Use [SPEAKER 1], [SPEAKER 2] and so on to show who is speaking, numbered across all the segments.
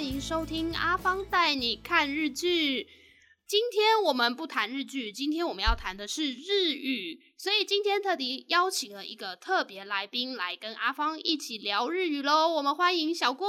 [SPEAKER 1] 迎收听阿芳带你看日剧。今天我们不谈日剧，今天我们要谈的是日语，所以今天特地邀请了一个特别来宾来跟阿芳一起聊日语喽。我们欢迎小郭。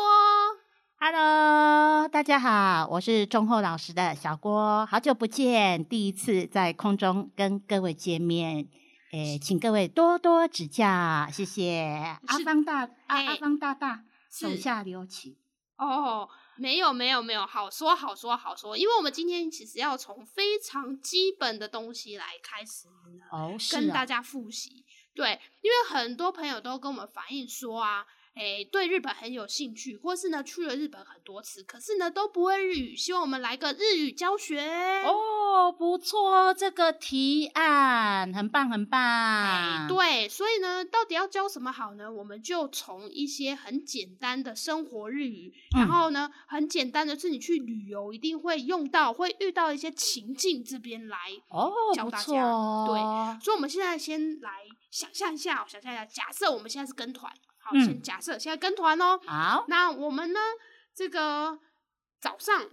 [SPEAKER 2] Hello，大家好，我是忠厚老实的小郭，好久不见，第一次在空中跟各位见面，诶，请各位多多指教，谢谢。阿
[SPEAKER 1] 是
[SPEAKER 2] 方大阿阿
[SPEAKER 1] 嘿
[SPEAKER 2] 方大大，手
[SPEAKER 1] 是
[SPEAKER 2] 下留情。
[SPEAKER 1] 哦，没有没有没有，好说好说好说，因为我们今天其实要从非常基本的东西来开始呢
[SPEAKER 2] 哦，
[SPEAKER 1] 跟
[SPEAKER 2] 是
[SPEAKER 1] 大
[SPEAKER 2] 啊，
[SPEAKER 1] 家复习。对，因为很多朋友都跟我们反映说啊，诶，对日本很有兴趣，或是呢去了日本很多次，可是呢都不会日语，希望我们来个日语教学。哦，
[SPEAKER 2] 哦，不错，这个提案很棒，很
[SPEAKER 1] 哎，
[SPEAKER 2] 棒。，
[SPEAKER 1] 对，所以呢，到底要教什么好呢？我们就从一些很简单的生活日语，然
[SPEAKER 2] 嗯
[SPEAKER 1] 后呢，很简单的是你去旅游一定会用到，会遇到一些情境这边来
[SPEAKER 2] 哦，
[SPEAKER 1] 教
[SPEAKER 2] 不
[SPEAKER 1] 大家
[SPEAKER 2] 错哦，
[SPEAKER 1] 所以我们现在先来想象一下哦，想象一下，假设我们现在是跟团，好，
[SPEAKER 2] 嗯
[SPEAKER 1] 先假设现在跟团哦。
[SPEAKER 2] 好
[SPEAKER 1] 那我们呢，这个早上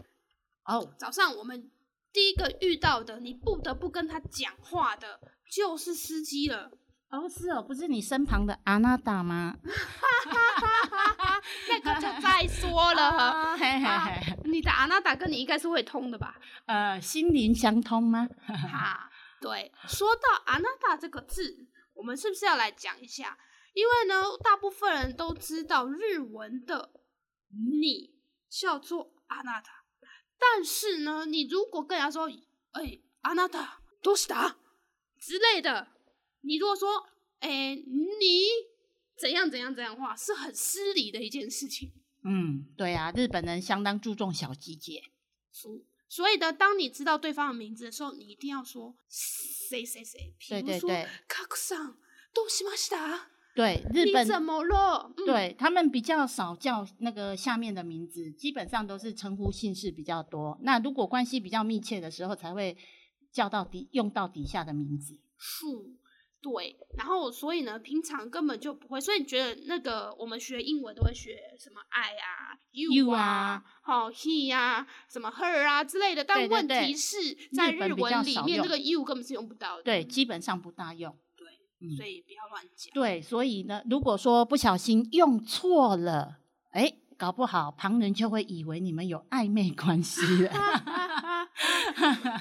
[SPEAKER 2] 哦，
[SPEAKER 1] 早上我们第一个遇到的，你不得不跟他讲话的，就是司机了。
[SPEAKER 2] 哦是哦，不是你身旁的阿娜达吗？
[SPEAKER 1] 那个就再说 了。
[SPEAKER 2] 啊嘿嘿
[SPEAKER 1] 啊
[SPEAKER 2] 嘿。
[SPEAKER 1] 你的阿娜达跟你应该是会通的吧？
[SPEAKER 2] 呃，心灵相通吗？
[SPEAKER 1] 哈，对，说到阿娜达这个字，我们是不是要来讲一下？因为呢，大部分人都知道日文的你叫做阿娜达，但是呢，你如果跟人家说，哎、阿娜达多西达之类的，你如果说，哎、你怎样怎样怎样的话，是很失礼的一件事情。
[SPEAKER 2] 嗯，对啊，日本人相当注重小细节。
[SPEAKER 1] 所以呢，当你知道对方的名字的时候，你一定要说谁谁谁，比
[SPEAKER 2] 对
[SPEAKER 1] 如
[SPEAKER 2] 对
[SPEAKER 1] 说
[SPEAKER 2] 对
[SPEAKER 1] 卡库桑都西马西达，
[SPEAKER 2] 对，日
[SPEAKER 1] 啊你
[SPEAKER 2] 本
[SPEAKER 1] 怎么了？嗯，
[SPEAKER 2] 对他们比较少叫那个下面的名字，基本上都是称呼姓氏比较多。那如果关系比较密切的时候，才会叫到底用到底下的名字。
[SPEAKER 1] 树对，然后所以呢，平常根本就不会，所以你觉得那个我们学英文都会学什么爱啊、you
[SPEAKER 2] You
[SPEAKER 1] 啊
[SPEAKER 2] 啊、
[SPEAKER 1] 好 he 啊、什么 her 啊之类的，但
[SPEAKER 2] 对对
[SPEAKER 1] 问
[SPEAKER 2] 对
[SPEAKER 1] 题是在
[SPEAKER 2] 日本
[SPEAKER 1] 日
[SPEAKER 2] 比较
[SPEAKER 1] 文里
[SPEAKER 2] 少
[SPEAKER 1] 面，这
[SPEAKER 2] 用
[SPEAKER 1] 个 you 根本是用不到的。
[SPEAKER 2] 对，基本上不大用。
[SPEAKER 1] 对，
[SPEAKER 2] 嗯
[SPEAKER 1] 所以不要乱讲。
[SPEAKER 2] 对，所以呢，如果说不小心用错了，哎，搞不好旁人就会以为你们有暧昧关系了。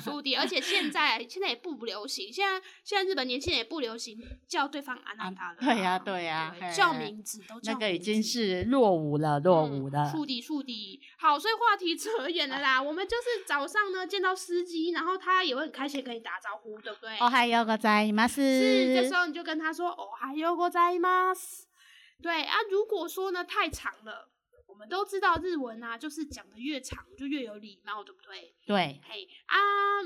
[SPEAKER 1] 苏迪，而且现在现在也不流行，现在现在日本年轻人也不流行叫对方阿娜达了、
[SPEAKER 2] 啊对呀对呀嘿
[SPEAKER 1] 叫名字都叫
[SPEAKER 2] 那个已
[SPEAKER 1] 名
[SPEAKER 2] 经
[SPEAKER 1] 字
[SPEAKER 2] 是落伍了，落
[SPEAKER 1] 嗯
[SPEAKER 2] 伍了。
[SPEAKER 1] 树敌树敌，好，所以话题扯远了啦。我们就是早上呢见到司机，然后他也会很开心地跟你打招呼，对不对？
[SPEAKER 2] 哦，还有个在吗？
[SPEAKER 1] 是，
[SPEAKER 2] 是
[SPEAKER 1] 这时候你就跟他说哦，还有ございます。对啊，如果说呢太长了，我们都知道日文啊，就是讲的越长就越有礼貌，对不对？
[SPEAKER 2] 对，
[SPEAKER 1] 嘿啊，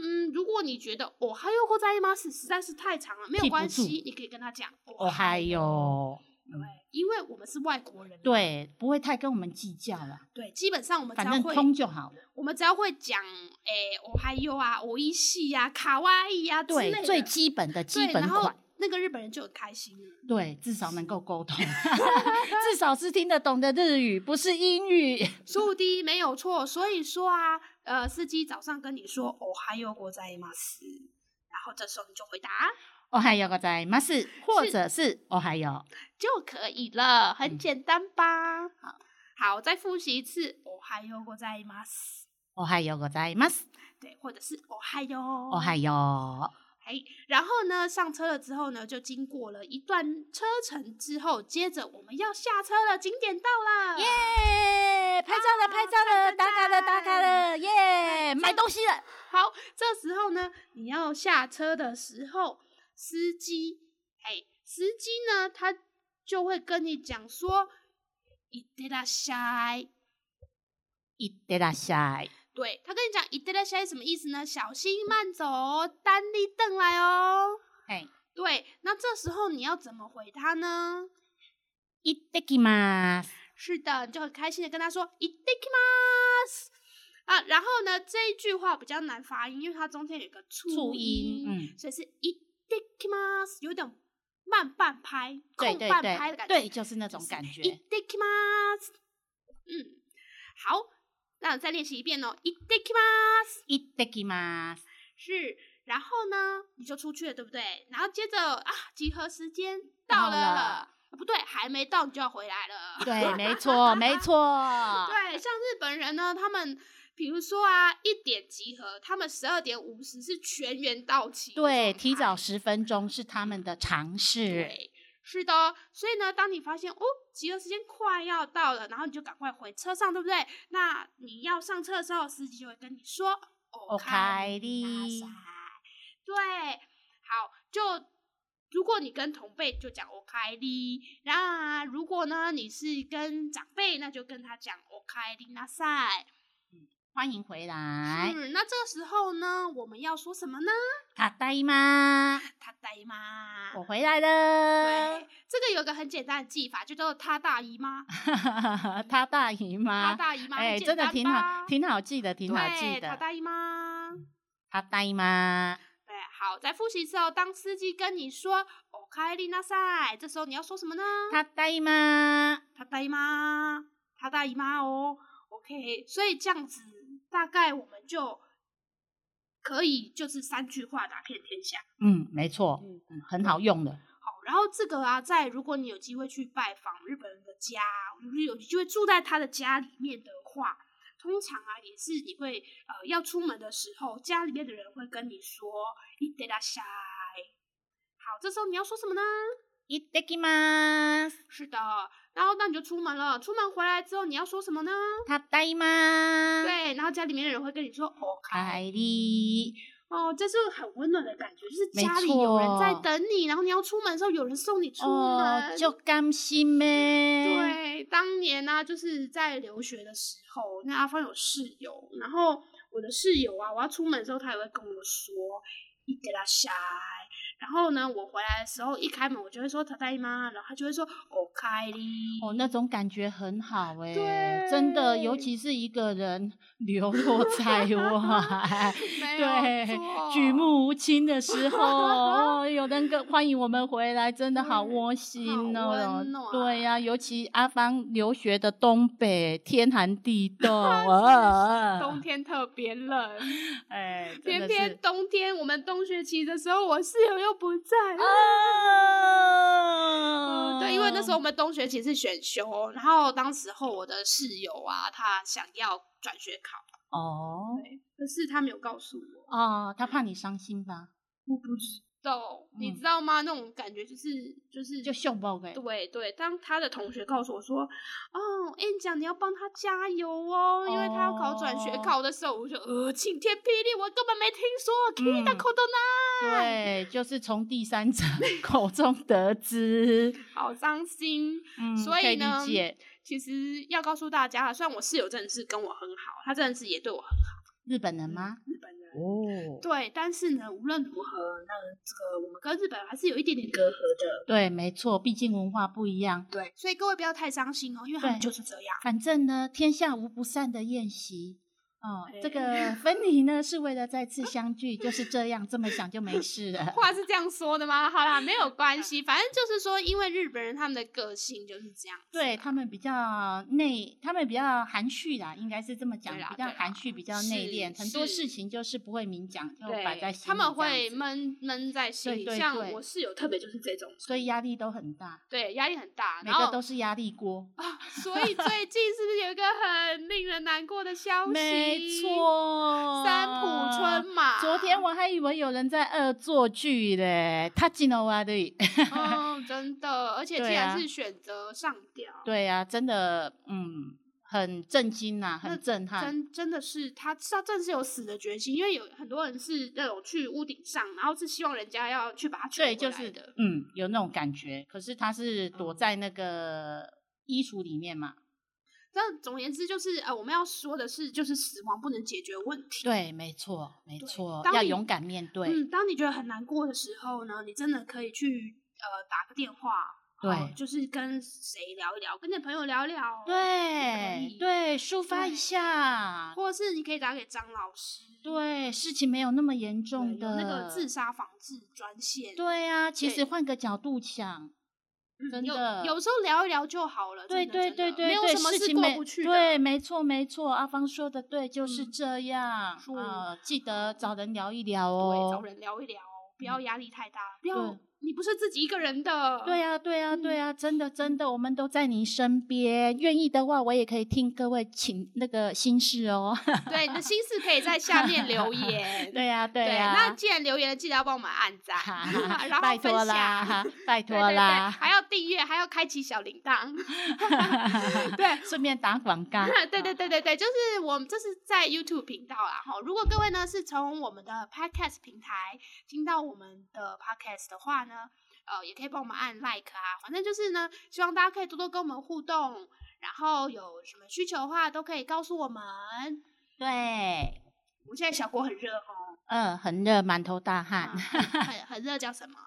[SPEAKER 1] 嗯，如果你觉得哦还有过在吗是实在是太长了，没有
[SPEAKER 2] 记不
[SPEAKER 1] 关
[SPEAKER 2] 住
[SPEAKER 1] 系，你可以跟他讲
[SPEAKER 2] 哦，还，有，
[SPEAKER 1] 对，因为我们是外国人，
[SPEAKER 2] 对，不会太跟我们计较了，
[SPEAKER 1] 对，基本上我们只
[SPEAKER 2] 反
[SPEAKER 1] 要
[SPEAKER 2] 正
[SPEAKER 1] 会，
[SPEAKER 2] 通就好了。
[SPEAKER 1] 我们只要会讲，诶，哦还有啊，哦一系呀，卡哇伊啊呀之类
[SPEAKER 2] 对，
[SPEAKER 1] 的，
[SPEAKER 2] 最基本的基
[SPEAKER 1] 对
[SPEAKER 2] 本
[SPEAKER 1] 然后
[SPEAKER 2] 款，
[SPEAKER 1] 那个日本人就很开心了。
[SPEAKER 2] 对，至少能够 沟通，至少是听得懂的日语，不是英语。
[SPEAKER 1] 速滴没有错，所以说啊，呃，司机早上跟你说哦还有过在吗是，然后这时候你就回答
[SPEAKER 2] 哦，还有个在吗？是，或者是哦，还有，
[SPEAKER 1] 就可以了，很
[SPEAKER 2] 嗯
[SPEAKER 1] 简单吧？好，好，再复习一次。おはようございます。
[SPEAKER 2] 哦，还有个在吗？
[SPEAKER 1] 对，或者是おはよう。
[SPEAKER 2] 哦，还有，
[SPEAKER 1] 嘿。然后呢，上车了之后呢，就经过了一段车程之后，接着我们要下车了，景点到了。
[SPEAKER 2] 耶！拍照了，哦拍照了，打卡了，打卡了，耶！买东西了。
[SPEAKER 1] 好，这时候呢，你要下车的时候，司机，嘿，司机呢，他就会跟你讲说，いってらっしゃい。
[SPEAKER 2] いってらっしゃい。
[SPEAKER 1] 对他跟你讲“一对的下”什么意思呢？小心慢走哦，单立凳来哦。
[SPEAKER 2] 哎，
[SPEAKER 1] 对，那这时候你要怎么回他呢？
[SPEAKER 2] いってきます。
[SPEAKER 1] 是的，你就很开心的跟他说“一 t k ます”啊。然后呢，这一句话比较难发音，因为它中间有一个促
[SPEAKER 2] 促
[SPEAKER 1] 音，
[SPEAKER 2] 音嗯
[SPEAKER 1] 所以是“一 t k ます”，有点慢半拍、
[SPEAKER 2] 对
[SPEAKER 1] 空
[SPEAKER 2] 对
[SPEAKER 1] 半拍的
[SPEAKER 2] 对，
[SPEAKER 1] 感觉。
[SPEAKER 2] 对，就是那种感
[SPEAKER 1] い
[SPEAKER 2] 觉。
[SPEAKER 1] ただきます。嗯，好，那我再练习一遍哦。いってきます。
[SPEAKER 2] いただきます。
[SPEAKER 1] 是，然后呢，你就出去了，对不对？然后接着啊，集合时间到
[SPEAKER 2] 到
[SPEAKER 1] 了，
[SPEAKER 2] 了
[SPEAKER 1] 啊不对，还没到，你就要回来了。
[SPEAKER 2] 对，没错，没错。
[SPEAKER 1] 对，像日本人呢，他们比如说啊，一点集合，他们十二点五十是全员到齐的状态。
[SPEAKER 2] 对，提早十分钟是他们的尝试。
[SPEAKER 1] 对，是的。哦所以呢，当你发现哦，集合时间快要到了，然后你就赶快回车上，对不对？那你要上车的时候，司机就会跟你说
[SPEAKER 2] お
[SPEAKER 1] 哦，
[SPEAKER 2] 帰り
[SPEAKER 1] りなさい对，好，就如果你跟同辈就讲 OK 哩，那如果呢你是跟长辈，那就跟他讲 OK 哩那赛。
[SPEAKER 2] 欢迎回来。
[SPEAKER 1] 嗯，那这个时候呢，我们要说什么呢？
[SPEAKER 2] 卡呆吗？
[SPEAKER 1] 他大姨妈。
[SPEAKER 2] 我回来了
[SPEAKER 1] 对。，这个有个很简单的记法，就叫做他大姨妈，
[SPEAKER 2] 他大姨
[SPEAKER 1] 他
[SPEAKER 2] 妈。
[SPEAKER 1] 大姨妈，
[SPEAKER 2] 哎，
[SPEAKER 1] 很简
[SPEAKER 2] 真的
[SPEAKER 1] 单
[SPEAKER 2] 挺好
[SPEAKER 1] 吧，
[SPEAKER 2] 挺好记的，挺好记
[SPEAKER 1] 对他
[SPEAKER 2] 的。
[SPEAKER 1] 大姨妈。
[SPEAKER 2] 他呆吗？
[SPEAKER 1] 对，好，再复习一次哦。当司机跟你说 “OK 丽娜赛”，这时候你要说什么呢？
[SPEAKER 2] 他呆吗？
[SPEAKER 1] 他大姨妈，他大姨妈哦。OK，所以这样子大概我们就可以就是三句话打遍天下。
[SPEAKER 2] 嗯，没错，
[SPEAKER 1] 嗯
[SPEAKER 2] 嗯很好用的。
[SPEAKER 1] 好，然后这个啊，在如果你有机会去拜访日本人的家，如果有机会住在他的家里面的话，通常啊也是你会呃要出门的时候，家里面的人会跟你说“いってらっしゃい”。好，这时候你要说什么呢？
[SPEAKER 2] いただきます。
[SPEAKER 1] 是的，然后那你就出门了。出门回来之后，你要说什么呢？
[SPEAKER 2] 他呆吗？，
[SPEAKER 1] 对，然后家里面的人会跟你说“哦，
[SPEAKER 2] 海里
[SPEAKER 1] 哦，这是很温暖的感觉，就是
[SPEAKER 2] 没
[SPEAKER 1] 家里有人在
[SPEAKER 2] 错
[SPEAKER 1] 等你，然后你要出门的时候有人送你出
[SPEAKER 2] 哦，
[SPEAKER 1] 门。
[SPEAKER 2] 就甘心呗。，
[SPEAKER 1] 对，当年呢、就是在留学的时候，那阿芳有室友，然后我的室友啊，我要出门的时候，他也会跟我说“一给他塞”，然后呢，我回来的时候一开门，我就会说“他大妈”，然后他就会说“哦，开哩”。
[SPEAKER 2] 哦，那种感觉很好哎、真的，尤
[SPEAKER 1] 对
[SPEAKER 2] 其是一个人流落在 外。
[SPEAKER 1] 没有
[SPEAKER 2] 对，
[SPEAKER 1] 错
[SPEAKER 2] 举目无亲的时候，哦，有人跟欢迎我们回来，真的好
[SPEAKER 1] 对
[SPEAKER 2] 窝心
[SPEAKER 1] 好
[SPEAKER 2] 哦
[SPEAKER 1] 温暖。
[SPEAKER 2] 对呀、尤其阿芳留学的东北，天寒地 冻啊，
[SPEAKER 1] 冬天特别冷，
[SPEAKER 2] 哎，真
[SPEAKER 1] 偏
[SPEAKER 2] 的
[SPEAKER 1] 偏
[SPEAKER 2] 是
[SPEAKER 1] 冬天我们冬学期的时候，我室友又不在。
[SPEAKER 2] 啊
[SPEAKER 1] 嗯，对，因为那时候我们冬学期是选修，哦然后当时候我的室友啊，他想要转学考，
[SPEAKER 2] 哦
[SPEAKER 1] 可是他没有告诉我，
[SPEAKER 2] 哦，他怕你伤心吧，
[SPEAKER 1] 我不知道，你
[SPEAKER 2] 嗯
[SPEAKER 1] 知道吗？那种感觉就是就是
[SPEAKER 2] 就秀爆呗。
[SPEAKER 1] 对对，当他的同学告诉我说，哦，燕讲你要帮他加油哦，因为他要考转学
[SPEAKER 2] 哦
[SPEAKER 1] 考的时候，我就呃晴天霹雳，我根本没听说，听你的
[SPEAKER 2] 嗯
[SPEAKER 1] 口都难，
[SPEAKER 2] 对，就是从第 三者口中得知，
[SPEAKER 1] 好伤心。
[SPEAKER 2] 嗯，
[SPEAKER 1] 所
[SPEAKER 2] 可
[SPEAKER 1] 以
[SPEAKER 2] 理
[SPEAKER 1] 呢
[SPEAKER 2] 解
[SPEAKER 1] 其实要告诉大家，虽然我室友真的是跟我很好，他真的是也对我很
[SPEAKER 2] 日本人吗？
[SPEAKER 1] 日本人。
[SPEAKER 2] 哦，
[SPEAKER 1] 对，但是呢，无论如何，那这个我们跟日本还是有一点点隔阂的。
[SPEAKER 2] 对，没错，毕竟文化不一样。
[SPEAKER 1] 对，所以各位不要太伤心哦，因为他们
[SPEAKER 2] 对
[SPEAKER 1] 就是这样。
[SPEAKER 2] 反正呢，天下无不散的宴席。哦，这
[SPEAKER 1] 哎
[SPEAKER 2] 个分离呢，是为了再次相聚，就是这样，这么想就没 事了。
[SPEAKER 1] 话是这样说的吗？好啦，没有关系，反正就是说，因为日本人他们的个性就是这样子啊。
[SPEAKER 2] 对他们比较内，他们比较含蓄啦，应该是这么讲，
[SPEAKER 1] 对啦
[SPEAKER 2] 比较
[SPEAKER 1] 对啦
[SPEAKER 2] 含蓄，比较内
[SPEAKER 1] 是
[SPEAKER 2] 敛，很多
[SPEAKER 1] 是
[SPEAKER 2] 事情就是不会明讲，就摆在
[SPEAKER 1] 对，
[SPEAKER 2] 心里
[SPEAKER 1] 他们
[SPEAKER 2] 这样
[SPEAKER 1] 会
[SPEAKER 2] 子
[SPEAKER 1] 闷闷在心
[SPEAKER 2] 对
[SPEAKER 1] 里。
[SPEAKER 2] 对
[SPEAKER 1] 像
[SPEAKER 2] 对
[SPEAKER 1] 我室友特别就是这种，
[SPEAKER 2] 所以压力都很大，
[SPEAKER 1] 对压力很大，
[SPEAKER 2] 每
[SPEAKER 1] 然
[SPEAKER 2] 个
[SPEAKER 1] 后
[SPEAKER 2] 都 是压力锅。
[SPEAKER 1] 所以最近是不是有一个很令人难过的消息？
[SPEAKER 2] 没，错，
[SPEAKER 1] 三浦春马。
[SPEAKER 2] 昨天我还以为有人在恶作剧嘞，他进了我的。
[SPEAKER 1] 嗯，真的，而且竟
[SPEAKER 2] 对
[SPEAKER 1] 然
[SPEAKER 2] 啊
[SPEAKER 1] 是选择上吊，
[SPEAKER 2] 对呀、真的，嗯，很震惊呐、
[SPEAKER 1] 那
[SPEAKER 2] 很震撼。
[SPEAKER 1] 真真的是他，他真的是有死的决心，因为有很多人是那种去屋顶上，然后是希望人家要去把他救
[SPEAKER 2] 对，
[SPEAKER 1] 回
[SPEAKER 2] 就
[SPEAKER 1] 来
[SPEAKER 2] 是
[SPEAKER 1] 的。嗯
[SPEAKER 2] 嗯，有那种感觉。可是他是躲在那个衣橱里面嘛？
[SPEAKER 1] 但总而言之，就是呃，我们要说的是，就是死亡不能解决问题。
[SPEAKER 2] 对，没错，没
[SPEAKER 1] 对
[SPEAKER 2] 错，
[SPEAKER 1] 当
[SPEAKER 2] 要
[SPEAKER 1] 你
[SPEAKER 2] 勇敢面对。
[SPEAKER 1] 嗯，当你觉得很难过的时候呢，你真的可以去呃打个电话，
[SPEAKER 2] 对
[SPEAKER 1] 哦就是跟谁聊一聊，跟你的朋友聊一聊，，
[SPEAKER 2] 对
[SPEAKER 1] 以
[SPEAKER 2] 对，抒发
[SPEAKER 1] 对
[SPEAKER 2] 一下。
[SPEAKER 1] 或者是你可以打给张老师，
[SPEAKER 2] 对，事情没有那么严
[SPEAKER 1] 对，
[SPEAKER 2] 重
[SPEAKER 1] 有
[SPEAKER 2] 的。
[SPEAKER 1] 那个自杀防治专线，
[SPEAKER 2] 对啊，其
[SPEAKER 1] 对
[SPEAKER 2] 实换个角度
[SPEAKER 1] 嗯
[SPEAKER 2] 想，真
[SPEAKER 1] 有
[SPEAKER 2] 的
[SPEAKER 1] 有时候聊一聊就好了。
[SPEAKER 2] 对
[SPEAKER 1] 真的
[SPEAKER 2] 对
[SPEAKER 1] 真
[SPEAKER 2] 对
[SPEAKER 1] 的
[SPEAKER 2] 对，
[SPEAKER 1] 没有
[SPEAKER 2] 对
[SPEAKER 1] 什么
[SPEAKER 2] 事
[SPEAKER 1] 是
[SPEAKER 2] 情
[SPEAKER 1] 过
[SPEAKER 2] 没
[SPEAKER 1] 不去的。
[SPEAKER 2] 对，没错没错，阿芳说的对，就是
[SPEAKER 1] 嗯
[SPEAKER 2] 这样
[SPEAKER 1] 是嗯
[SPEAKER 2] 啊、记得找人聊一聊
[SPEAKER 1] 对，找
[SPEAKER 2] 哦。嗯
[SPEAKER 1] 人聊一聊，不要压力太大，不
[SPEAKER 2] 对
[SPEAKER 1] 要你不是自己一个人的。
[SPEAKER 2] 对呀、对呀、
[SPEAKER 1] 嗯
[SPEAKER 2] 对呀、真的，真的，我们都在你身边。愿意的话，我也可以听各位请那个心事哦。
[SPEAKER 1] 对，你的心事可以在下面留言。
[SPEAKER 2] 对呀、对啊
[SPEAKER 1] 对
[SPEAKER 2] 呀、，
[SPEAKER 1] 那既然留言了，记得要帮我们按赞 然
[SPEAKER 2] 拜
[SPEAKER 1] 后分
[SPEAKER 2] 托
[SPEAKER 1] 享。
[SPEAKER 2] 啦， 拜
[SPEAKER 1] 对
[SPEAKER 2] 托
[SPEAKER 1] 对对，
[SPEAKER 2] 啦，
[SPEAKER 1] 还要订阅，还要开启小铃铛。 对。
[SPEAKER 2] 顺便打广告
[SPEAKER 1] 对对
[SPEAKER 2] 嗯
[SPEAKER 1] 对对对，就是我们这是在 YouTube 频道啦。哈，如果各位呢是从我们的 Podcast 平台听到我们的 Podcast 的话呢，呃，也可以帮我们按 Like 啊，反正就是呢，希望大家可以多多跟我们互动，然后有什么需求的话都可以告诉我们。
[SPEAKER 2] 对，
[SPEAKER 1] 我们现在小锅很热哦，
[SPEAKER 2] 嗯、很热，满头大汗。
[SPEAKER 1] 很很热叫 什么？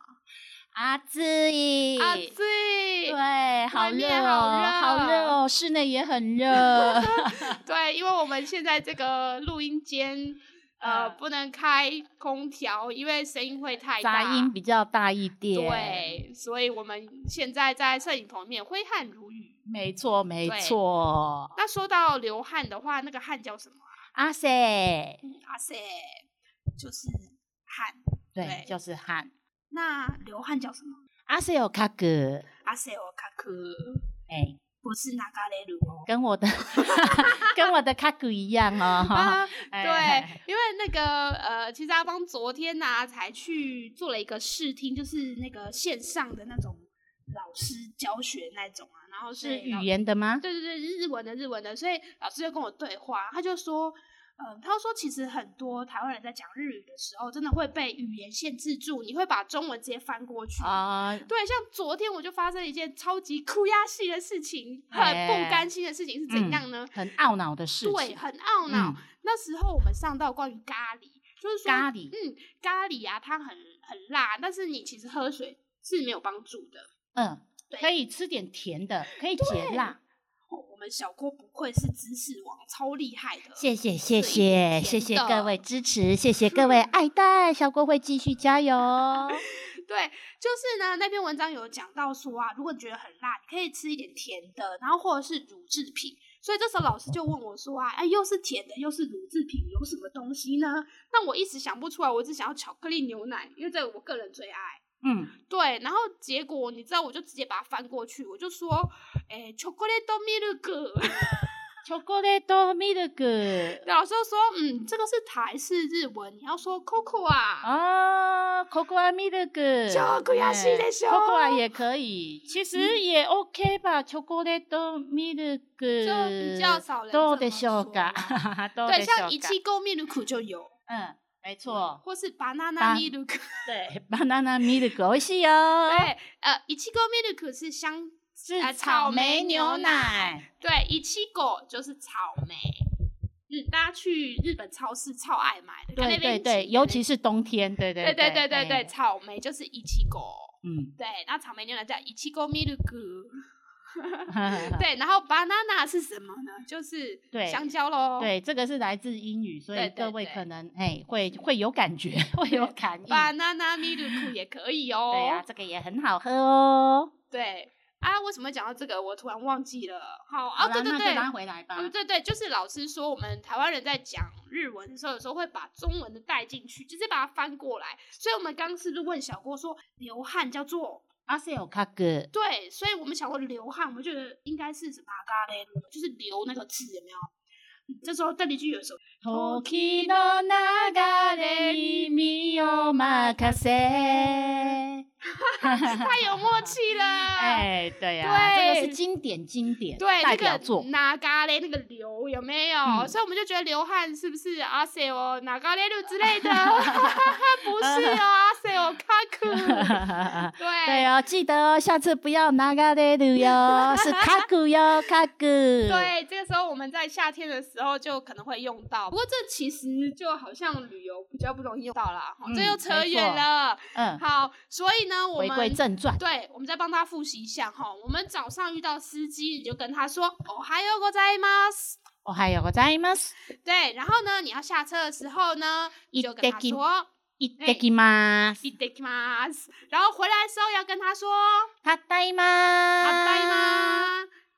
[SPEAKER 2] 阿志毅，
[SPEAKER 1] 啊，对
[SPEAKER 2] 对，好热
[SPEAKER 1] 面
[SPEAKER 2] 哦，
[SPEAKER 1] 好
[SPEAKER 2] 好
[SPEAKER 1] 热
[SPEAKER 2] 热哦，室内也很热。
[SPEAKER 1] 对，因为我们现在这个录音间。呃，
[SPEAKER 2] 嗯
[SPEAKER 1] 不能开空调，因为声音会 太大，
[SPEAKER 2] 杂音比较大一点。，
[SPEAKER 1] 对，所以我们现在在摄影棚里面挥汗如雨。
[SPEAKER 2] 没错，没
[SPEAKER 1] 对
[SPEAKER 2] 错。
[SPEAKER 1] 那说到流汗的话，那个汗叫什么啊？
[SPEAKER 2] 阿塞，
[SPEAKER 1] 阿塞，就是汗。
[SPEAKER 2] 对
[SPEAKER 1] 对，
[SPEAKER 2] 就是汗。
[SPEAKER 1] 那流汗叫什么？
[SPEAKER 2] 阿塞有卡格，
[SPEAKER 1] 阿塞我卡克，
[SPEAKER 2] 哎，
[SPEAKER 1] 不是那嘎雷鲁哦。
[SPEAKER 2] 跟 我的跟我的卡格一样哦。
[SPEAKER 1] 啊，
[SPEAKER 2] 哎，
[SPEAKER 1] 对，因为那个呃，其实阿邦昨天呢、才去做了一个试听，就是那个线上的那种老师教学那种啊，然后
[SPEAKER 2] 是
[SPEAKER 1] 是
[SPEAKER 2] 语
[SPEAKER 1] 老
[SPEAKER 2] 言的吗？
[SPEAKER 1] 对对对，日文的日文的，所以老师就跟我对话，他就说，嗯，他说其实很多台湾人在讲日语的时候，真的会被语言限制住，你会把中文直接翻过去。
[SPEAKER 2] 啊，
[SPEAKER 1] 对，像昨天我就发生一件超级哭压戏的事情，很
[SPEAKER 2] 哎
[SPEAKER 1] 不甘心的事情是
[SPEAKER 2] 嗯
[SPEAKER 1] 怎样呢？
[SPEAKER 2] 很懊恼的事情。
[SPEAKER 1] 对，很懊恼。
[SPEAKER 2] 嗯
[SPEAKER 1] 那时候我们上到关于咖喱，就是说
[SPEAKER 2] 咖喱
[SPEAKER 1] 嗯，咖喱啊，它很很辣，但是你其实喝水是没有帮助的。
[SPEAKER 2] 嗯，
[SPEAKER 1] 对
[SPEAKER 2] 可以吃点甜的，可以解辣。
[SPEAKER 1] 哦，我们小郭不愧是知识王，超厉害的。
[SPEAKER 2] 谢谢谢
[SPEAKER 1] 是
[SPEAKER 2] 谢
[SPEAKER 1] 甜
[SPEAKER 2] 谢谢
[SPEAKER 1] 的
[SPEAKER 2] 各位支持，谢谢各位爱戴，小郭会继续加 油。嗯
[SPEAKER 1] 对，就是呢，那篇文章有讲到说啊，如果你觉得很辣，你可以吃一点甜的，然后或者是乳制品。所以这时候老师就问我说啊，哎，又是甜的，又是乳制品，有什么东西呢？那我一时想不出来，我只想要巧克力牛奶，因为这个我个人最爱。
[SPEAKER 2] 嗯，
[SPEAKER 1] 对，然后结果你知道，我就直接把它翻过去，我就说，哎，chocolate milk。
[SPEAKER 2] 巧克力多米的个
[SPEAKER 1] 老师就说，嗯，这个是台式日文，你要说 coco 啊。
[SPEAKER 2] 啊，可可米的个，
[SPEAKER 1] 巧克力是的しょ
[SPEAKER 2] 可可哎也可以，其实也 OK 吧。巧克力多米的个，
[SPEAKER 1] 就比较少人
[SPEAKER 2] 多
[SPEAKER 1] 这
[SPEAKER 2] 的
[SPEAKER 1] 么
[SPEAKER 2] 小
[SPEAKER 1] 说
[SPEAKER 2] 嘎
[SPEAKER 1] 啦，
[SPEAKER 2] 多
[SPEAKER 1] 对，
[SPEAKER 2] 的
[SPEAKER 1] 像
[SPEAKER 2] 小
[SPEAKER 1] 一
[SPEAKER 2] 嘎
[SPEAKER 1] 气购 milk 就有。
[SPEAKER 2] 嗯，没错，
[SPEAKER 1] 或是 banana
[SPEAKER 2] 巴
[SPEAKER 1] milk，
[SPEAKER 2] 对，banana milk 美味しいよ，
[SPEAKER 1] 对，呃，一七狗 milk 是香，
[SPEAKER 2] 是
[SPEAKER 1] 啊
[SPEAKER 2] 草
[SPEAKER 1] 草
[SPEAKER 2] 莓
[SPEAKER 1] 莓
[SPEAKER 2] 牛
[SPEAKER 1] 牛
[SPEAKER 2] 奶，
[SPEAKER 1] 对，一七狗就是草莓。嗯，大家去日本超市超爱买的，
[SPEAKER 2] 对对对，尤
[SPEAKER 1] 尤其
[SPEAKER 2] 其是冬天，对对
[SPEAKER 1] 对对对对对，
[SPEAKER 2] 哎
[SPEAKER 1] 草莓就是一七狗，
[SPEAKER 2] 嗯，
[SPEAKER 1] 对，那草莓牛奶叫一七狗 milk，对，然后 banana 是什么呢？就是
[SPEAKER 2] 对
[SPEAKER 1] 香蕉喽，
[SPEAKER 2] 对，这个是来自英语，所以
[SPEAKER 1] 对对
[SPEAKER 2] 各位
[SPEAKER 1] 对
[SPEAKER 2] 可能哎会会有感觉， 会 有感应。
[SPEAKER 1] ，banana milk 也可以哦，
[SPEAKER 2] 嗯 对啊，这个也很好喝哦。
[SPEAKER 1] 对啊，为什么会讲到这个？我突然忘记了，好
[SPEAKER 2] 好
[SPEAKER 1] 啊，
[SPEAKER 2] 啦
[SPEAKER 1] 对对
[SPEAKER 2] 那就
[SPEAKER 1] 对，
[SPEAKER 2] 拉回来吧。
[SPEAKER 1] 嗯，对对，就是老师说，我们台湾人在讲日文的时候，有时候会把中文的带进去，就是把它翻过来。所以我们刚刚是不是问小郭说流汗叫做
[SPEAKER 2] 阿塞有卡哥，
[SPEAKER 1] 对？所以我们想说流汗，我们觉得应该是什么啊嘎嘞，就是流那个字有没有？嗯这时候邓丽君有 一首，
[SPEAKER 2] 時の流れに身を任 せ。
[SPEAKER 1] 太有默契了。
[SPEAKER 2] 哎，对呀，这个
[SPEAKER 1] 对
[SPEAKER 2] 是经典经典
[SPEAKER 1] 对，
[SPEAKER 2] 代
[SPEAKER 1] 那
[SPEAKER 2] 表
[SPEAKER 1] 个
[SPEAKER 2] 作。
[SPEAKER 1] 哪嘎嘞，那个流有没有？
[SPEAKER 2] 嗯
[SPEAKER 1] 所以我们就觉得流汗是不是阿塞哦哪嘎嘞路之类 的？ 不是哦，阿塞哦卡库。对
[SPEAKER 2] 对哦，记得哦，下次不要拿嘎的路 哟，是卡古哟，卡古。对，
[SPEAKER 1] 对，这个时候我们在夏天的时候就可能会用到，不过这其实就好像旅游比较不容易用到啦，齁这
[SPEAKER 2] 嗯
[SPEAKER 1] 又
[SPEAKER 2] 没
[SPEAKER 1] 扯
[SPEAKER 2] 错
[SPEAKER 1] 远了。
[SPEAKER 2] 嗯，
[SPEAKER 1] 好，所以呢，我
[SPEAKER 2] 回归
[SPEAKER 1] 们
[SPEAKER 2] 正传。
[SPEAKER 1] 对，我们再帮他复习一下哈。我们早上遇到司机，你就跟他说“哦嗨哟ございます
[SPEAKER 2] おはようございます。”，
[SPEAKER 1] 对，然后呢，你要下车的时候呢，你就跟他
[SPEAKER 2] いってき
[SPEAKER 1] 说
[SPEAKER 2] いってきます。
[SPEAKER 1] いってきます。然后回来的时候要跟他说
[SPEAKER 2] ただい
[SPEAKER 1] “
[SPEAKER 2] ま。
[SPEAKER 1] 拜拜
[SPEAKER 2] た
[SPEAKER 1] 吗？”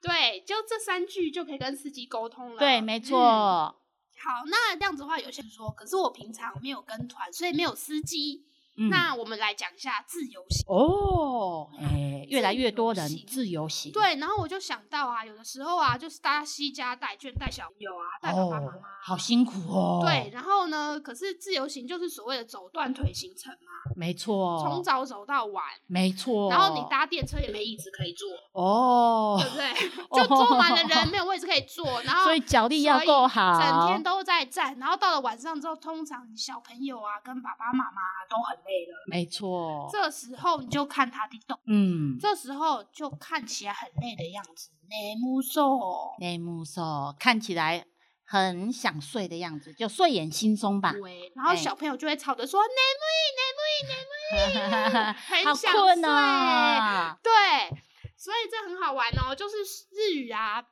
[SPEAKER 1] 对，就这三句就可以跟司机沟通了。
[SPEAKER 2] 对，没
[SPEAKER 1] 嗯
[SPEAKER 2] 错。
[SPEAKER 1] 好，那这样子的话，有些人说，可是我平常没有跟团，所以没有司机。
[SPEAKER 2] 嗯
[SPEAKER 1] 那我们来讲一下自由行。
[SPEAKER 2] 哦，哎，越来越多人
[SPEAKER 1] 自由行
[SPEAKER 2] 自由行。哦
[SPEAKER 1] 对，然后我就想到啊，有的时候啊，就是大家惜家带眷、带小朋友啊，带爸爸妈
[SPEAKER 2] 哦
[SPEAKER 1] 妈。
[SPEAKER 2] 好辛苦哦。
[SPEAKER 1] 对，，然后呢？可是自由行就是所谓的走断腿行程嘛，
[SPEAKER 2] 没错，
[SPEAKER 1] 从早走到晚，
[SPEAKER 2] 没错。
[SPEAKER 1] 然后你搭电车也没椅子可以坐，
[SPEAKER 2] 哦，
[SPEAKER 1] 对不对？就坐满了 人，没有位置可以坐，然后
[SPEAKER 2] 所以脚力要
[SPEAKER 1] 所以
[SPEAKER 2] 够好，
[SPEAKER 1] 整天都在站，然后到了晚上之后，通常小朋友啊跟爸爸妈妈都很累了，
[SPEAKER 2] 没错。
[SPEAKER 1] 这时候你就看他的动，
[SPEAKER 2] 嗯，
[SPEAKER 1] 这时候就看起来很累的样子，内木兽。
[SPEAKER 2] 内幕手看起来很想睡的样子，就睡眼惺忪吧。
[SPEAKER 1] 对，然后
[SPEAKER 2] 哎
[SPEAKER 1] 小朋友就会吵着说“内木内木内木嗯很
[SPEAKER 2] 好
[SPEAKER 1] 想
[SPEAKER 2] 困
[SPEAKER 1] 睡
[SPEAKER 2] 啊！”，
[SPEAKER 1] 对，所以这很好玩哦。就是日语啊，